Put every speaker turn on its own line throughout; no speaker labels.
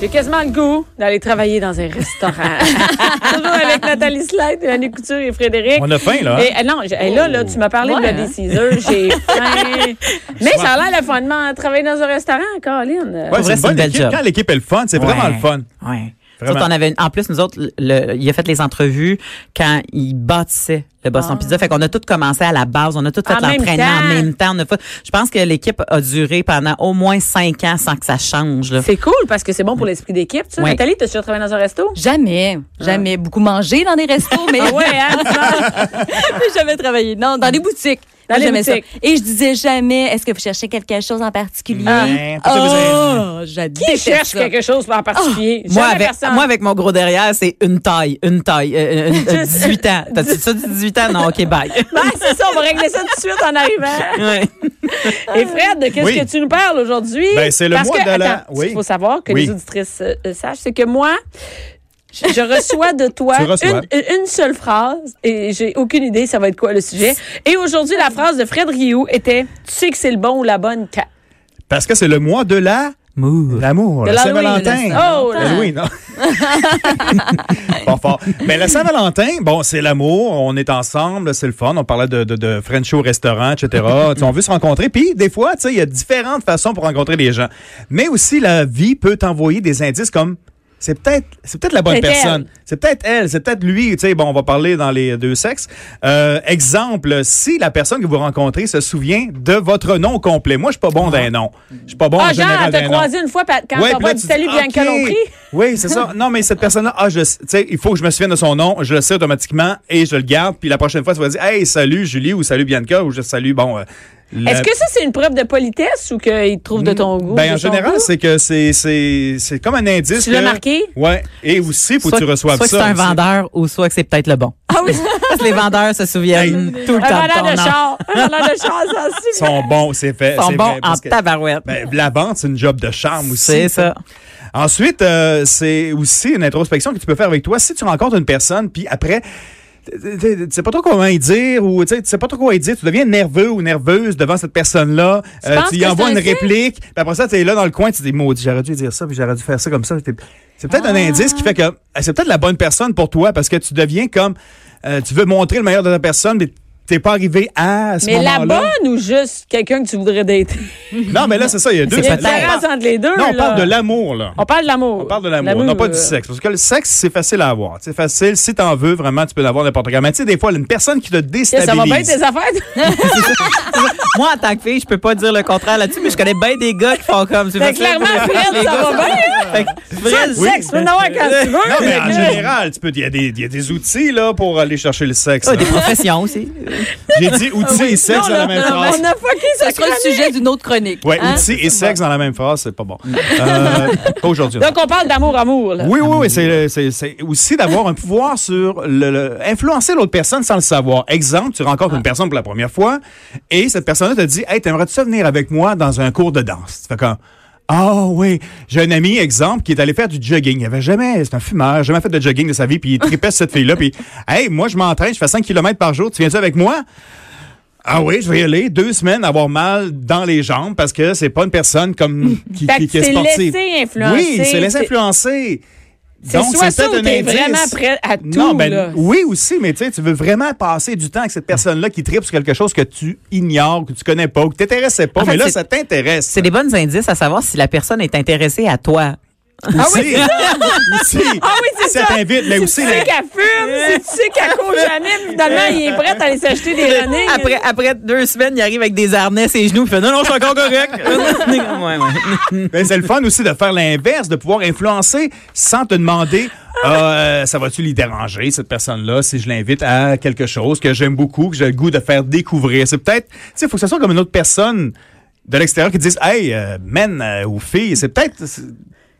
J'ai quasiment le goût d'aller travailler dans un restaurant. Toujours avec Nathalie Slide, Annie Couture et Frédéric.
On a faim, là. hein?
Et, euh, non, j'ai- hey, là, là, tu m'as parlé
Ouais,
de
hein?
des Caesars, j'ai faim. Mais ça a l'air le fun de m'en travailler dans un restaurant, Caroline.
Ouais,
vrai,
c'est une
c'est une
bonne
belle
équipe.
job.
Quand l'équipe est le fun, c'est vraiment
Ouais.
le fun.
Ouais.
Vraiment.
Surtout, on avait une- en plus, nous autres, le- il a fait les entrevues quand il bâtissait le Boston Pizza. Fait qu'on a tout commencé à la base. On a tout fait
Ah. En même
l'entraînement
temps.
en même temps. On a fait- je pense que l'équipe a duré pendant au moins cinq ans sans que ça change. Là.
C'est cool parce que c'est bon pour l'esprit d'équipe. Tu sais,
Ouais.
Nathalie, t'as déjà travaillé dans un resto?
Jamais, jamais. Beaucoup mangé dans des restos, mais
Ah ouais, hein, tu manges.
J'ai jamais travaillé. Non, dans des boutiques.
Dans
J'ai
les
jamais ça.
boutiques.
Et je disais jamais, est-ce que vous cherchez quelque chose en particulier?
Ben, pour ça, vous avez-
oh, j'adore
Ah. Qui cherche quelque chose en particulier?
Ah, Moi
Jamais
avec,
personne.
moi, avec mon gros derrière, c'est une taille, une taille, euh, euh, euh, 18 ans. T'as-tu ça, 18 ans? Non, OK, bye.
Ben, c'est ça, on va régler ça tout de suite en arrivant.
Ouais.
Et Fred, de qu'est-ce
Oui.
que tu nous parles aujourd'hui?
Ben, c'est le
Parce
mois
que,
de la-
attends, ce
Oui.
qu'il faut savoir, que
Oui.
les auditrices euh, euh, sachent, c'est que moi, je je reçois de toi
Tu reçois.
Une, euh, une seule phrase et j'ai aucune idée ça va être quoi le sujet. Et aujourd'hui, la phrase de Fred Rioux était « Tu sais que c'est le bon ou la bonne quand?
Parce que c'est le mois de la...
Mouh.
L'amour,
De
la
l'Halloween,
Saint-Valentin.
la Oh, là.
L'Halloween, non. hein. Pas fort. Mais la Saint-Valentin, bon, c'est l'amour, on est ensemble, c'est le fun. On parlait de, de, de French au restaurant, etc. Tu sais, on veut se rencontrer. Puis, des fois, tu sais, il y a différentes façons pour rencontrer les gens. Mais aussi, la vie peut t'envoyer des indices comme. C'est peut-être, c'est peut-être la bonne
C'est
personne.
elle.
C'est peut-être elle, c'est peut-être lui. Tu sais, bon, on va parler dans les deux sexes. Euh, exemple, si la personne que vous rencontrez se souvient de votre nom complet. Moi, je suis pas bon d'un nom. Je suis pas bon en
Ah, genre,
général
elle
d'un
t'a
nom.
croisé une fois pa- quand
Ouais,
on
puis là,
va
tu
dit « Salut,
dis,
bien
OK.
Lompré
Oui, c'est ça. Non, mais cette personne-là, ah, je, le sais. tu sais, il faut que je me souvienne de son nom, je le sais automatiquement et je le garde. Puis la prochaine fois, tu vas dire, hey, salut Julie ou salut Bianca ou je salue, bon. euh, le-
Est-ce que ça, c'est une preuve de politesse ou qu'il te trouve de ton goût?
Ben,
de
en
ton
général,
goût?
c'est que c'est, c'est, c'est comme un indice.
Tu l'as
que-
marqué?
Ouais. Et aussi, faut que
Soit-
tu reçoives
soit
ça.
que c'est un
aussi.
vendeur ou soit que c'est peut-être le bon.
Ah oui,
Parce que les vendeurs se souviennent tout le
un
temps de
vendeur
ton
de
nom.
char. Un vendeur de char, ça aussi.
Ils sont bons, c'est fait.
Ils sont
c'est
bons
vrai,
en
parce que-
tabarouette.
Ben, la vente, c'est une job de charme aussi.
c'est ça.
Ensuite, euh, c'est aussi une introspection que tu peux faire avec toi. Si tu rencontres une personne, puis après, t- t- t- tu sais pas trop comment y dire ou tu sais- tu sais pas trop quoi y dire, tu deviens nerveux ou nerveuse devant cette personne-là.
Tu
Euh,
penses
tu
que
y
c'est
envoies
un
une
signe?
réplique, puis après ça, tu es là dans le coin, tu te dis, maudit, j'aurais dû dire ça, puis j'aurais dû faire ça comme ça. T'es- C'est peut-être un indice qui fait que ah, c'est peut-être la bonne personne pour toi parce que tu deviens comme, euh, tu veux montrer le meilleur de ta personne, mais t'es pas arrivé à ce
Mais
moment-là.
la bonne ou juste quelqu'un que tu voudrais dater?
Non, mais là, c'est ça, il y a deux.
Il y a une
là, on
différence
parle-
entre les deux.
non, on
là.
parle de l'amour, là.
On parle de l'amour. euh,
On parle de l'amour, non pas du sexe. Parce que le sexe, c'est facile à avoir. C'est facile. Si t'en veux, vraiment, tu peux l'avoir n'importe quand. Mais tu sais, des fois, une personne qui te
Ça,
déstabilise.
ça va bien tes affaires?
Moi, en tant que fille, je peux pas dire le contraire là-dessus, mais je connais bien des gars qui font comme ça.
Mais Ben, clairement, Fred, ça va bien.
Fait que,
Ça,
Fred,
le sexe, tu peux en avoir quand tu veux.
non, mais en
Fait que-
général, tu peux- il y, a des- il y a des outils là, pour aller chercher le sexe.
Ah,
là.
des professions aussi.
J'ai dit outils et sexe
ah Non,
dans la
là,
même
non,
phrase.
On a fucké
Ça
ce
sera le sujet d'une autre chronique.
Ouais,
hein?
outils et sexe dans la même phrase, c'est pas bon. Euh, pas aujourd'hui.
Donc, on parle d'amour-amour. là.
Oui, oui, oui. C'est, c'est- c'est aussi d'avoir un pouvoir sur le, le- influencer l'autre personne sans le savoir. Exemple, tu rencontres
Ah.
une personne pour la première fois et cette personne-là te dit Hey, t'aimerais-tu venir avec moi dans un cours de danse? Tu fais comme Ah oui. J'ai un ami, exemple, qui est allé faire du jogging. Il avait jamais, c'est un fumeur, jamais fait de jogging de sa vie, puis il tripait sur cette fille-là, puis Hey, moi je m'entraîne, je fais 5 km par jour, tu viens-tu avec moi? Ah oui, je vais y aller deux semaines avoir mal dans les jambes parce que c'est pas une personne comme qui,
Fait
qui-
que
qui est
c'est
sportive.
laissé influencer,
Oui, c'est laissé
c'est-
influencer.
C'est
Donc,
soit ça
peut-être
ou
un
t'es
indice.
vraiment prêt à tout.
Non, ben,
là.
oui aussi, mais tu sais, tu veux vraiment passer du temps avec cette personne-là qui tripe sur quelque chose que tu ignores, que tu connais pas, ou que t'intéressais pas,
En fait,
mais là,
c'est-
ça t'intéresse.
C'est des bonnes indices à savoir si la personne est intéressée à toi.
Ah oui, aussi.
Ah oui, c'est ça.
t'invite, mais
Si
aussi...
tu sais qu'elle fume, si tu sais qu'elle court jamais, finalement, il est prêt à aller s'acheter des running.
Après, après deux semaines, il arrive avec des harnais, ses genoux, il fait non, non, je suis encore correct. ouais, ouais.
Mais c'est le fun aussi de faire l'inverse, de pouvoir influencer sans te demander Ah, euh, ça va-tu les déranger, cette personne-là, si je l'invite à quelque chose que j'aime beaucoup, que j'ai le goût de faire découvrir. C'est peut-être, tu sais, il faut que ce soit comme une autre personne de l'extérieur qui dise Hey, euh, man euh, ou fille, c'est peut-être. c'est-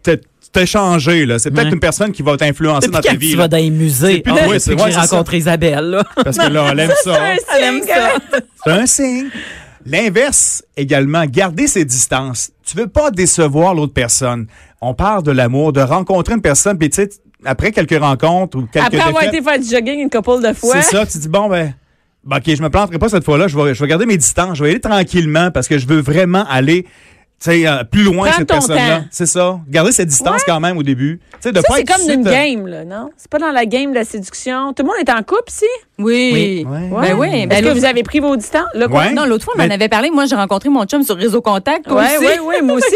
t'as- T'as changé, là. C'est peut-être
Ouais.
une personne qui va t'influencer
Depuis
dans ta
quand
vie.
tu
là.
vas dans les musées,
plus- Ouais,
Ah, depuis
c'est-
que
ouais,
j'ai
c'est ça.
rencontré Isabelle, là.
Parce que là, elle aime ça. hein.
C'est un signe que-
C'est un signe. L'inverse également, garder ses distances. Tu veux pas décevoir l'autre personne. On parle de l'amour, de rencontrer une personne, puis tu sais, après quelques rencontres ou quelques
Après avoir
défaites,
été faire du jogging une couple de fois.
c'est ça, tu dis bon ben, ben, ok, je me planterai pas cette fois-là, je vais, je vais garder mes distances, je vais aller tranquillement parce que je veux vraiment aller Tu sais, euh, plus loin
Prends
cette
ton
personne-là.
temps.
C'est ça. Gardez cette distance quand même au début. Tu sais, de
Ça,
pas
c'est
être
comme
tout de
une
suite, euh,
game, là, non? C'est pas dans la game de la séduction. Tout le monde est en couple ici?
Oui.
Oui. euh, Ouais.
Ben oui.
Est-ce
Ben,
que
l'autre-
vous avez pris vos distances? Là, quoi?
Ouais.
Non, l'autre fois, on en
Mais-
avait parlé. Moi, j'ai rencontré mon chum sur Réseau Contact. toi
Oui,
aussi.
oui, oui, moi aussi.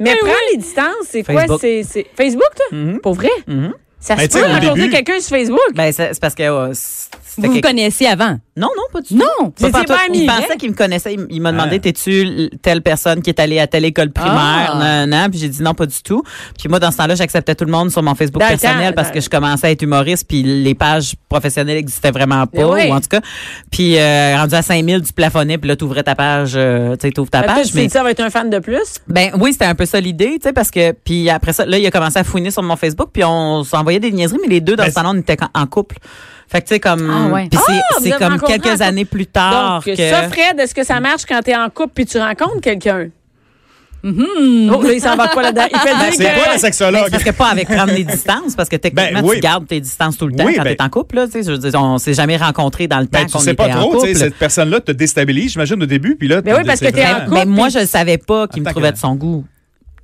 Ben
Mais prends les distances, c'est quoi?
Facebook.
C'est c'est- Facebook, toi? Pour vrai? Ça se
Mais Mm-hmm. Ben,
peut
tu sais, au
rencontrer
début-
quelqu'un sur Facebook?
Ben, c'est c'est parce que. euh, c'était
Vous vous
quelque-
connaissiez avant?
Non, non, pas du tout.
Non.
Vous étiez
partout.
pas amis,
Il
hein?
pensait qu'il me connaissait. Il, il m'a demandé
Ah.
T'es-tu l- telle personne qui est allée à telle école primaire
Ah.
Nan, nan, nan. Puis j'ai dit Non, pas du tout. Puis moi, dans ce temps-là, j'acceptais tout le monde sur mon Facebook
Dans le
personnel
temps,
parce
dans-
que je commençais à être humoriste. Puis les pages professionnelles n'existaient vraiment
Mais
pas,
Eh oui.
ou en tout cas. Puis euh, rendu à 5000, tu plafonnais. Puis là, tu ouvrais ta page. euh, tu sais, t'ouvres ta
Peut-être que
page.
tu sais que ça va être un fan de plus.
Ben oui, c'était un peu ça l'idée, tu sais, parce que puis après ça, là, il a commencé à fouiner sur mon Facebook, puis on s'envoyait des niaiseries, mais les deux dans
Ben,
ce temps-là, on était en- en couple. Fait que tu sais comme,
Ah ouais.
puis c'est-
Ah, vous
c'est
êtes
comme
rencontrés en
quelques
couple.
années plus tard
Donc,
que.
ça, Fred, est-ce que ça marche quand t'es en couple puis tu rencontres quelqu'un?
Mm-hmm.
Oh, là, il s'en va quoi là-dedans? Il fait dire
C'est
que-
quoi la
Ben,
sexologue?
c'est parce que pas avec prendre les distances, parce que techniquement,
Ben, oui.
tu gardes tes distances tout le temps
Oui,
quand
ben-
t'es en couple. Là, tu sais, je veux dire, on s'est jamais rencontrés dans le
Ben,
temps
tu
qu'on
sais
était
pas
en
trop, tu
couple.
sais, cette personne-là te déstabilise, j'imagine, au début, puis là...
Ben oui, parce que t'es en
vraiment-
couple.
Mais moi, je ne savais pas qu'il me
Attends
trouvait
que-
de son goût.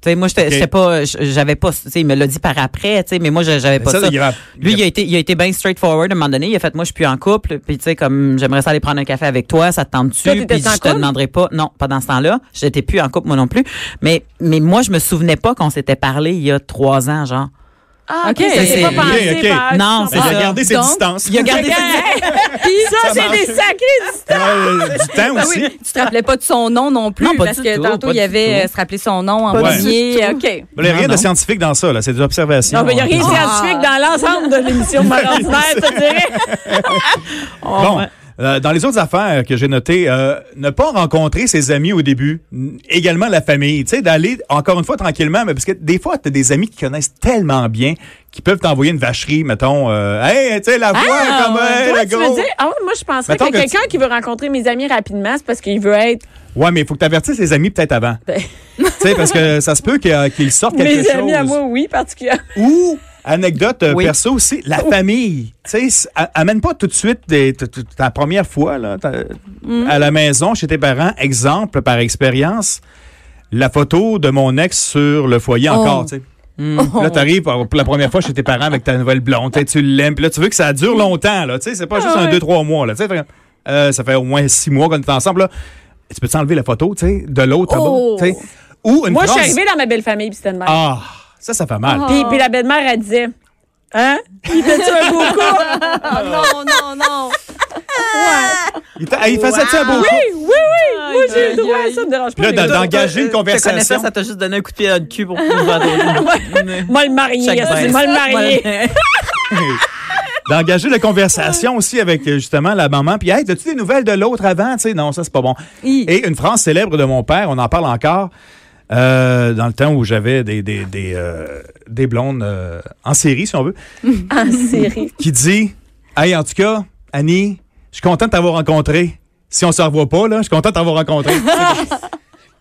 Tu sais, moi, j'étais
Ok.
j'étais pas, j'avais pas, tu sais, il me l'a dit par après, tu sais, mais moi, je- j'avais
Mais
pas
Ben ça,
ça.
il a-
Lui, il a été, il a été bien straightforward à un moment donné. Il a fait, moi, je suis plus en couple. Puis, tu sais, comme, j'aimerais ça aller prendre un café avec toi. Ça te tente-tu?
Toi, t'étais
Puis,
en
je te
couple?
demanderai pas. Non, pas dans ce temps-là. J'étais plus en couple, moi non plus. Mais, mais moi, je me souvenais pas qu'on s'était parlé il y a trois ans, genre.
Ah, OK,
Ok,
ça s'est
c'est-
pas
ok,
pensé.
ok.
par-
Non,
tu
c'est
Il
comprends?
a
ça.
gardé ses
Donc,
distances.
Il a gardé
Ça,
Ça
c'est
marche.
des sacrés distances.
Euh, du
Ben
temps
Ah
aussi.
oui, tu te rappelais pas de son nom non plus
Non, pas
parce
du
que
tout,
tantôt
pas
il
du
avait
tout.
euh, se rappeler son nom en
Pas du
premier. euh,
tout.
OK.
Il n'y a rien
Non,
de
non.
scientifique dans ça, là. C'est des observations.
Non, mais il n'y a rien de
On-
scientifique dans l'ensemble de l'émission de Mère ordinaire, je te dirais.
Bon. euh, dans les autres affaires que j'ai notées, euh, ne pas rencontrer ses amis au début, n- également la famille, tu sais, d'aller encore une fois tranquillement, mais parce que des fois, tu as des amis qui connaissent tellement bien qu'ils peuvent t'envoyer une vacherie, mettons, euh, hey, tu sais, la voix, comme,
Ah,
hey,
Toi,
le
tu veux
gros.
dire, ah ouais, moi, je penserais
Mettons
que,
que tu-
quelqu'un qui veut rencontrer mes amis rapidement, c'est parce qu'il veut être.
Ouais, mais il faut que tu avertisses les amis peut-être avant.
Ben-
tu sais, parce que ça se peut qu'il- euh, qu'ils sortent quelque
mes
chose.
amis à moi, oui, particulièrement.
Ou, anecdote euh,
Oui.
perso aussi, la famille. Tu sais, s- a- amène pas tout de suite des- t- t- ta première fois là, ta-
Mm.
à la maison chez tes parents. Exemple par expérience, la photo de mon ex sur le foyer
Oh.
encore. tu sais.
Mm.
Là, t'arrives pour pour la première fois chez tes parents avec ta nouvelle blonde. tu sais, Tu l'aimes. Puis là, tu veux que ça dure longtemps. là, Tu sais, c'est pas juste un,
Ah ouais.
deux, trois mois. Là, tu sais, fait que, euh, ça fait au moins six mois qu'on est ensemble. là. Tu peux t'enlever la photo tu sais, de l'autre
Oh.
là-bas. tu sais. Ou une
Moi, je suis
phrase-
arrivée dans ma belle famille, puis c'était de même.
Ah, ça, ça fait mal.
Puis, puis la belle-mère, elle disait Hein? Il était-tu un beau couple?
Ah,
Euh.
non, non, non.
Il, t'a- il faisait ça beau.
Oui, oui, oui. Moi, j'ai le droit à ça. me dérange
Là,
pas. mais-
dans- d'engager une
Te connaissant,
conversation.
Ça euh, t'a juste donné un coup de pied dans le cul pour pouvoir donner.
Moi, le marié,
Chaque
ça, c'est
baisse.
moi le marié.
D'engager la conversation aussi avec euh, justement la maman. Puis, hey, as-tu des nouvelles de l'autre avant? Tu sais, non, ça, c'est pas bon.
Hi.
Et une phrase célèbre de mon père, on en parle encore. euh, dans le temps où j'avais des, des, des, euh, des blondes euh, en série, si on veut,
En série.
qui dit Hey, en tout cas, Annie, je suis contente de t'avoir rencontré. Si on se revoit pas, là, je suis contente de t'avoir rencontré.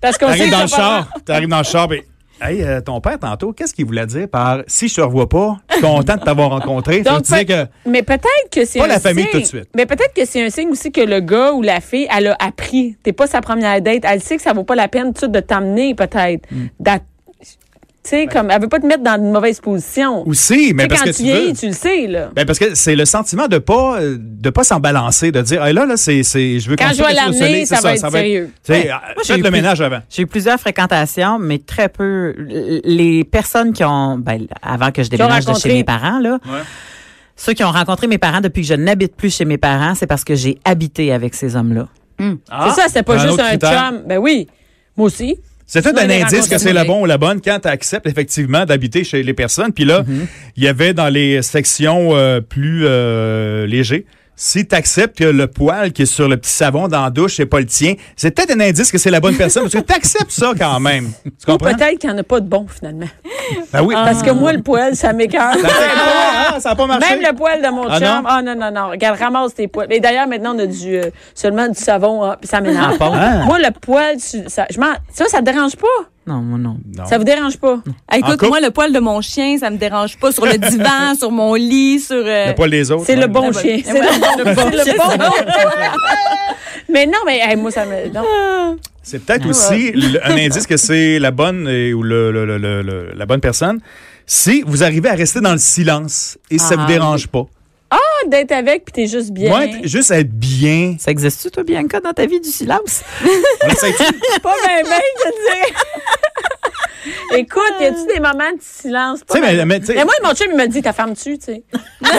Parce qu'on sait
T'arrives
que
dans le
ça va-
char. T'arrives dans le char. Ben, hey, euh, ton père, tantôt, qu'est-ce qu'il voulait dire par si je te revois pas, je suis content de t'avoir rencontré? Faut
Donc,
dire que.
peut- Mais peut-être que c'est
Pas
un
la famille
signe.
tout de suite.
Mais peut-être que c'est un signe aussi que le gars ou la fille, elle a appris. T'es pas sa première date. Elle sait que ça vaut pas la peine tout de suite de t'amener, peut-être.
Hmm.
D'a- Tu sais, comme, elle veut pas te mettre dans une mauvaise position.
Aussi,
Tu
Ben. mais
sais,
parce
quand
que
tu
tu veux.
vieillis, tu le sais, là.
Ben, parce que c'est le sentiment de pas euh, de pas s'en balancer, de dire hey, là là c'est c'est je veux
Quand je
construire
vais
quelque chose au
l'amener,
soleil,
ça
c'est
va être sérieux.
Tu sais,
Ouais.
euh,
Moi, j'ai
Faites
eu
le
plus-
ménage avant.
J'ai eu plusieurs fréquentations, mais très peu. L- Les personnes qui ont, ben, avant que je
ont
déménage de
rencontré-
chez mes parents, là,
Ouais.
ceux qui ont rencontré mes parents depuis que je n'habite plus chez mes parents, c'est parce que j'ai habité avec ces hommes-là.
c'est ça, c'est pas
Ah, un
juste
autre
un
critère.
chum. Ben oui. Moi aussi.
C'est tout
Sinon,
un
les
indice que c'est
rencontres,
le bon ou la bonne quand tu acceptes effectivement d'habiter chez les personnes. Puis là,
Mhm.
il y avait dans les sections euh, plus euh, légers, si tu acceptes que le poil qui est sur le petit savon dans la douche, c'est pas le tien, c'est peut-être un indice que c'est la bonne personne parce que tu acceptes ça quand même. Tu
Ou
comprends?
peut-être Ah. qu'il n'y en a pas de bon, finalement.
Ben oui.
Parce que moi, le poil, ça m'écœure.
Ça fait pas, hein? Ça a pas marché.
Même le poil de mon
Ah,
chum.
non?
Ah non, non, non. Regarde, ramasse tes poils. Mais d'ailleurs, maintenant, on a du, euh, seulement du savon, hein, puis ça m'énerve.
Ah, bon?
Moi, le poil, tu- ça, je m'en- ça, ça te dérange pas.
Non, moi, non.
Non.
Ça vous dérange pas.
Ah, écoute,
En
moi, le poil de mon chien, ça me dérange pas sur le divan, sur mon lit, sur. euh,
Le poil des autres.
C'est le
ouais.
bon chien. C'est le bon, c'est le bon. Mais non, mais hey, moi, ça me. non.
C'est peut-être aussi le- un indice que c'est la bonne et- ou le, le- le- le- le- la bonne personne. Si vous arrivez à rester dans le silence et ça
Ah,
vous dérange pas.
Pas d'être avec, puis t'es juste bien.
Moi, être- juste être bien.
Ça existe-tu, toi, Bianca, dans ta vie du silence?
On essaie-
Pas bien, bien, je te dis. Écoute, y a-tu des moments de silence? Pas
Tu sais,
mal.
mais- mais tu sais-
moi, mon chum, il me dit, ta femme tue, tu sais. Là,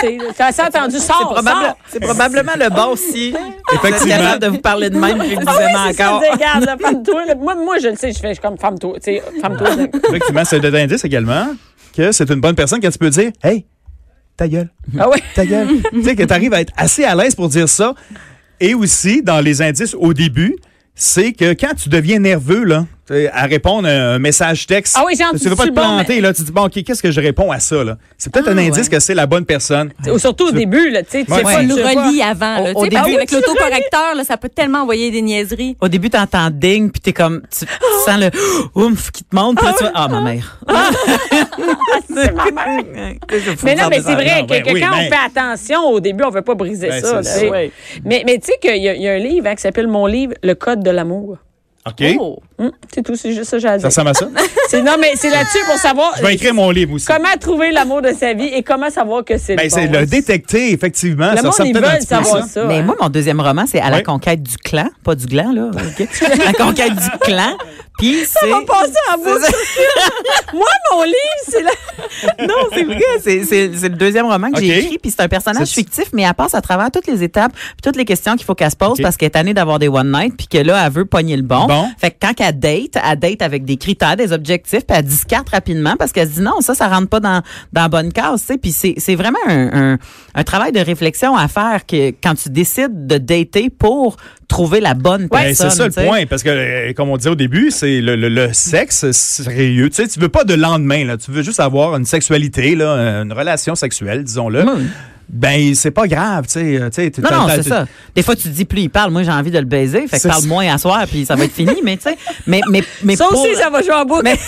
c'est assez, là. T'as assez entendu, sors, Ah sors.
Probable- C'est probablement le bon si vous êtes
Effectivement.
capable de vous parler de même puis que vous
Ah oui,
aimez
c'est ça,
encore.
je dis, regarde, là, femme-toi, là. Moi, moi, je le sais, je fais, je suis comme femme-toi, tu sais, femme-toi. là.
Effectivement, c'est un indice également que c'est une bonne personne quand tu peux dire Hey, ta gueule,
Ah oui.
ta gueule. tu sais, que tu arrives à être assez à l'aise pour dire ça. Et aussi, dans les indices au début, c'est que quand tu deviens nerveux, là, tu sais, à répondre à un message texte.
Ah oui, genre,
tu
tu
veux pas
dis,
te
bon, Ah,
planter, là. Tu dis, bon, OK, qu'est-ce que je réponds à ça, là? C'est peut-être un indice que c'est la bonne personne.
Ou surtout au début, là, tu sais, tu
Ouais.
sais pas, tu
Tu le
sais pas.
relis avant. Là,
Au- au
tu sais, parce
Ah
début,
qu'avec
tu le
l'autocorrecteur, là, ça peut tellement envoyer des niaiseries.
Au début, t'entends ding, puis t'es comme, tu, tu sens le ouf qui te monte, puis là, tu vas, ah, ma mère.
C'est ma mère. Mais non, mais c'est vrai que,
ouais,
que
oui,
quand
mais-
on fait attention au début, on veut pas briser
Ben,
ça.
c'est
tu sais.
ça. Ouais.
Mais, mais tu sais qu'il y, a- il y a un livre hein, qui s'appelle Mon livre, Le Code de l'amour.
OK?
Oh.
Hum, c'est tout, c'est juste ça que j'ai à
Ça
dire.
ressemble à ça?
C'est- Non, mais c'est là-dessus pour savoir
Je vais écrire mon livre aussi.
comment trouver l'amour de sa vie et comment savoir que c'est
Ben,
le
c'est
bon.
le détecter, effectivement.
Le
ça
monde,
ressemble
ils
peut-être un
veulent
petit peu à
savoir
ça.
ça.
Mais
hein.
moi, mon deuxième roman, c'est À
Ouais.
la conquête du clan, pas du gland, là. ok? la conquête du clan. Puis c'est.
On va passer en boucle. moi, mon livre, c'est la...
Non, c'est vrai. C'est, c'est- c'est le deuxième roman que
Ok.
j'ai écrit. Puis c'est un personnage
C'est-
fictif, mais elle passe à travers toutes les étapes, puis toutes les questions qu'il faut qu'elle se pose
Ok.
parce qu'elle est tannée d'avoir des one night, puis que là, elle veut pogner le bon.
Bon.
Fait que quand elle date, elle date avec des critères, des objectifs, puis elle discarte rapidement parce qu'elle se dit non, ça, ça rentre pas dans, dans la bonne case, tu sais. Puis c'est, c'est vraiment un, un, un travail de réflexion à faire que quand tu décides de dater pour trouver la bonne
Ben,
personne.
c'est ça le
tu sais.
point, parce que, euh, comme on disait au début, c'est le, le- le sexe sérieux. Tu sais, tu veux pas de lendemain, là. Tu veux juste avoir une sexualité, là, euh, une relation sexuelle, disons-le.
Oui.
Ben, c'est pas grave, tu sais. euh, tu sais, t'es-
Hmm. Non, non,
t'as-
c'est
t'as-
ça. Des fois, tu te dis, plus il parle, moi, j'ai envie de le baiser. Fait que
C'est
parle
ça.
moins à soir, puis ça va être fini, mais tu sais. Mais, mais, mais
Ça
pour-
aussi, ça va jouer en boucle.
Mais-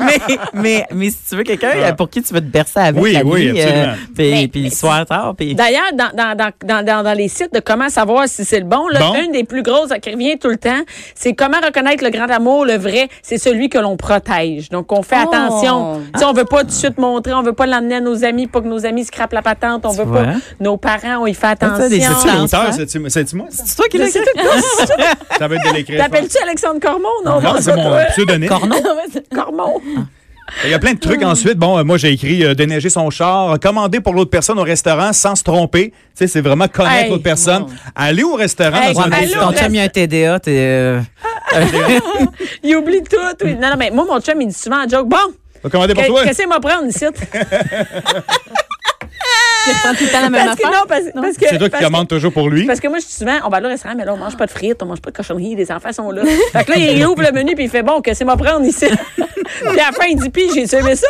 mais, mais, mais si tu veux quelqu'un euh, pour qui tu veux te bercer avec
Ah. Oui,
la
oui,
nuit,
absolument.
puis,
Mais-
puis le soir tard, puis...
D'ailleurs, dans, dans, dans, dans, dans, dans les sites de comment savoir si c'est le bon, là,
Bon.
une des plus grosses qui revient tout le temps, c'est comment reconnaître le grand amour, le vrai, c'est celui que l'on protège. Donc, on fait
Oh.
attention. Tu sais, on veut pas tout de
Ah.
suite montrer, on veut pas l'emmener à nos amis pour que nos amis scrapent la patente, on veut
vois?
pas. Nos parents, on y fait
Ah, ça,
attention.
des
C'est-tu
Non,
l'auteur?
c'est-
C'est-tu c'est-tu moi?
C'est toi qui l'as écrit?
Ça va être de l'écrire.
T'appelles-tu Alexandre Cormon? Non,
Non, c'est mon pseudonyme.
Corneau.
Cormon.
Il y a plein de trucs ensuite. Bon, euh, moi, j'ai écrit euh, déneiger son char, commander pour l'autre personne au restaurant sans se tromper. Tu sais, c'est vraiment connaître
Hey.
l'autre personne. Aller au restaurant
Hey,
dans un
allô,
restaurant.
ton chum, il y a un TDA, t'es... euh,
Il oublie tout. oui. Non, non, mais moi, mon chum, il dit souvent en joke, bon,
Va commander pour toi.
que- qu'est-ce qu'il m'a prendre ici?
Tu prends tout le temps la même
Parce que,
affaire.
non, parce, parce que.
C'est toi qui
parce que-
commandes toujours pour lui.
Parce que moi, je dis souvent, on va aller au restaurant, mais là, on mange pas de frites, on mange pas de cochonneries, les enfants sont là. Fait que là, il ouvre le menu, puis il fait bon, que c'est moi prendre ici. puis à la fin, il dit, puis j'ai aimé ça.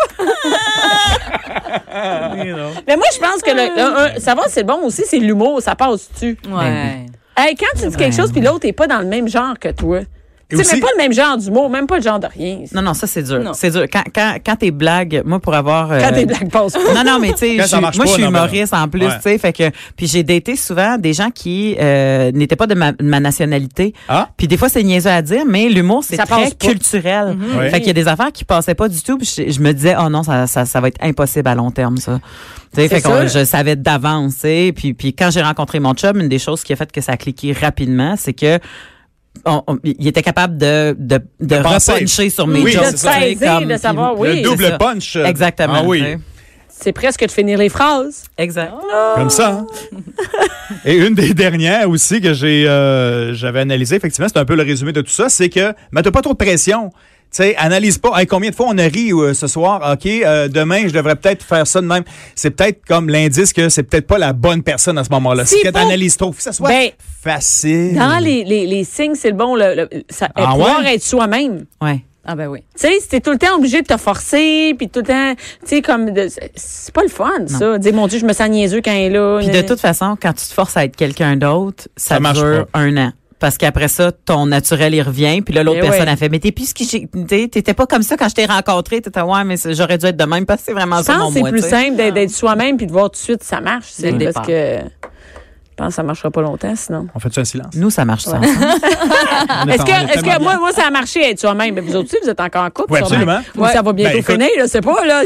Ah, Mais moi, je pense que le, un- un- savoir si c'est bon aussi, c'est l'humour, ça passe-tu.
Ben
Ouais.
Hey, quand tu dis quelque chose, puis l'autre n'est pas dans le même genre que toi. Tu sais,
aussi-
même pas le même genre d'humour, même pas le genre de rien.
Non, non, ça, c'est
Non.
dur. C'est dur. Quand, quand, quand t'es blague, moi, pour avoir... euh,
Quand t'es blague passe.
Non, non, mais tu sais,
Quand
je
ça
suis- moi,
marche
je
pas,
suis
non, ben non.
humoriste en plus,
Ouais.
tu sais, fait que... Puis j'ai daté souvent des gens qui euh, n'étaient pas de ma, de ma nationalité.
Ah.
Puis des fois, c'est niaiseux à dire, mais l'humour, c'est
Ça
très
passe pas. Mhm.
culturel.
Ouais.
Fait qu'il y a des affaires qui passaient pas du tout, puis je, je me disais, oh non, ça, ça, ça va être impossible à long terme, ça. Tu
C'est
sais, fait que
sûr.
je savais d'avance, tu sais. Puis, puis quand j'ai rencontré mon chum, une des choses qui a fait que ça a cliqué rapidement, c'est que... on- on- il était capable de, de, de,
penser.
repuncher sur mes
Oui,
jokes.
c'est ça.
tu sais,
Saisir,
comme-
de savoir,
puis-
oui,
le
c'est
double
ça.
punch.
Exactement.
Ah
tu
oui.
sais.
C'est presque de finir les phrases.
Exact.
Comme ça. hein? Et une des dernières aussi que j'ai euh, j'avais analysé, effectivement, c'est un peu le résumé de tout ça, c'est que mais t'as pas trop de pression. Tu sais, analyse pas Hey, combien de fois on a ri euh, ce soir, OK, euh, demain je devrais peut-être faire ça de même. C'est peut-être comme l'indice que c'est peut-être pas la bonne personne à ce moment-là.
C'est
C'est que
pas-
t'analyses trop, Faut que ça soit
Ben,
facile.
Dans les, les, les signes, c'est le bon, le, le- ça,
Mm. Ah
pouvoir
ouais?
être soi-même.
Ouais.
Ah ben oui.
Tu sais, si t'es tout le temps obligé de te forcer, puis tout le temps, tu sais, comme, de- c'est pas le fun, ça. Dire, mon Dieu, je me sens niaiseux quand il est là.
Puis de toute façon, quand tu te forces à être quelqu'un d'autre, ça,
Ça marche
dure un an. Parce qu'après ça, ton naturel, il revient. Puis là, l'autre
Mais
personne
ouais.
a fait, mais t'es plus ce que j'ai- t'es- t'étais pas comme ça quand je t'ai rencontré. T'étais, ouais, mais c'est- j'aurais dû être de même parce que c'est vraiment
Je
ça
pense
mon
que c'est
moi,
plus
tu sais.
simple d'être- d'être soi-même puis de voir tout de suite si ça marche. C'est
Dès le
parce que. pense que ça marchera pas longtemps, sinon.
On fait un silence?
Nous, ça marche ça. ensemble.
On est
Ah, Est-ce
en-
que,
on est
est-ce
tellement
que moi,
bien.
moi, ça a marché être soi-même? Mais vous autres aussi, vous êtes encore en couple.
Ouais,
sûrement.
absolument.
Ou ça va bientôt
Ben, écoute.
finir, je sais pas, là.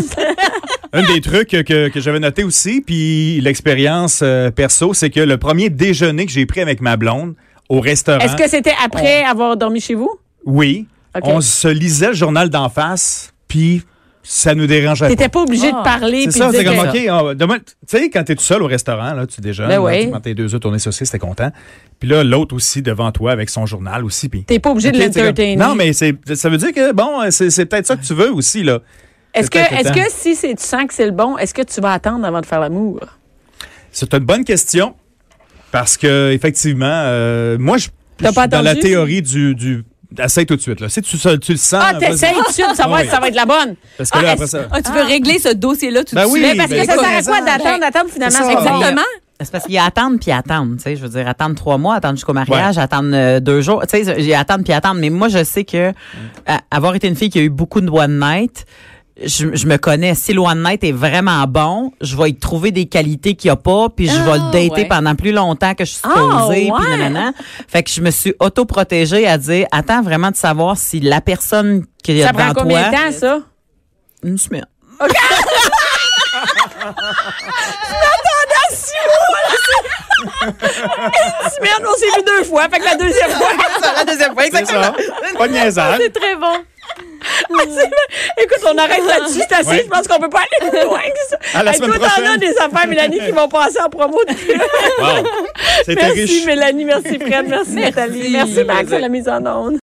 Un des trucs que, que j'avais noté aussi, puis l'expérience euh, perso, c'est que le premier déjeuner que j'ai pris avec ma blonde au restaurant,
Est-ce que c'était après avoir dormi chez vous?
oui,
Ok.
on se lisait le journal d'en face, puis ça nous dérangeait
T'étais pas obligé de
Ah.
parler.
Ben, C'est
puis
ça,
de
c'est
dire
comme,
que-
OK, on- demain, tu sais, quand t'es tout seul au restaurant, là, tu déjeunes,
Ben
là,
oui.
tu prends tes deux œufs tournés saucisses, t'es content. Puis là, l'autre aussi devant toi avec son journal aussi. puis-
T'es pas obligé de
Tu sais, c'est comme-
l'entertainer.
Non, mais c'est- ça veut dire que, bon, c'est c'est peut-être ça que tu veux aussi, là.
Est-ce que,
Peut-être le
est-ce
temps.
que si c'est- tu sens que c'est le bon, est-ce que tu vas attendre avant de faire l'amour?
C'est une bonne question parce que effectivement, euh, moi, je je
T'as
suis
pas
dans la
attendu?
théorie du, du essaye tout de suite. Là. Si tu, tu le sens,
Ah,
vas-y.
t'essayes tout de suite de savoir
Ah oui.
si ça va être la bonne.
parce que là,
Ah,
après
est-ce-
ça,
Ah, tu veux régler ce dossier-là tout
Ben
de
oui,
suite.
Mais parce
ben
que ça
écoute,
sert à quoi
raison.
d'attendre, d'attendre finalement?
C'est ça.
c'est bon.
Ben, Exactement.
Ben, C'est parce qu'il y a attendre puis attendre, tu sais, je veux dire attendre trois mois, attendre jusqu'au mariage, attendre euh, deux jours, tu sais, j'ai attendre puis attendre. Mais moi, je sais que
Mm.
à- avoir été une fille qui a eu beaucoup de one night, je, je me connais. Si le one night est vraiment bon, je vais y trouver des qualités qu'il n'y a pas, puis je
Ah,
vais le dater
ouais.
pendant plus longtemps que je suis
Ah,
supposée, puis
ouais.
nanana. Fait que je me suis auto-protégée à dire attends vraiment de savoir si la personne qu'il y a
Ça
devant
prend combien de
toi-
temps, ça?
une semaine.
Semaine, Ah, on s'est vu deux fois, fait que la deuxième fois.
la deuxième fois,
c'est ça. hein? Pas de niaisage.
C'est très bon. Écoute, on arrête là-dessus, c'est assez.
Ouais.
Je pense qu'on peut pas aller plus loin que ça.
À la
Hey,
semaine
toi, t'en
prochaine.
as des affaires, Mélanie, qui vont passer en promo.
Wow. C'était
merci,
riche.
Mélanie. Merci, Fred. Merci, Nathalie. Merci, Max, à la mise en onde.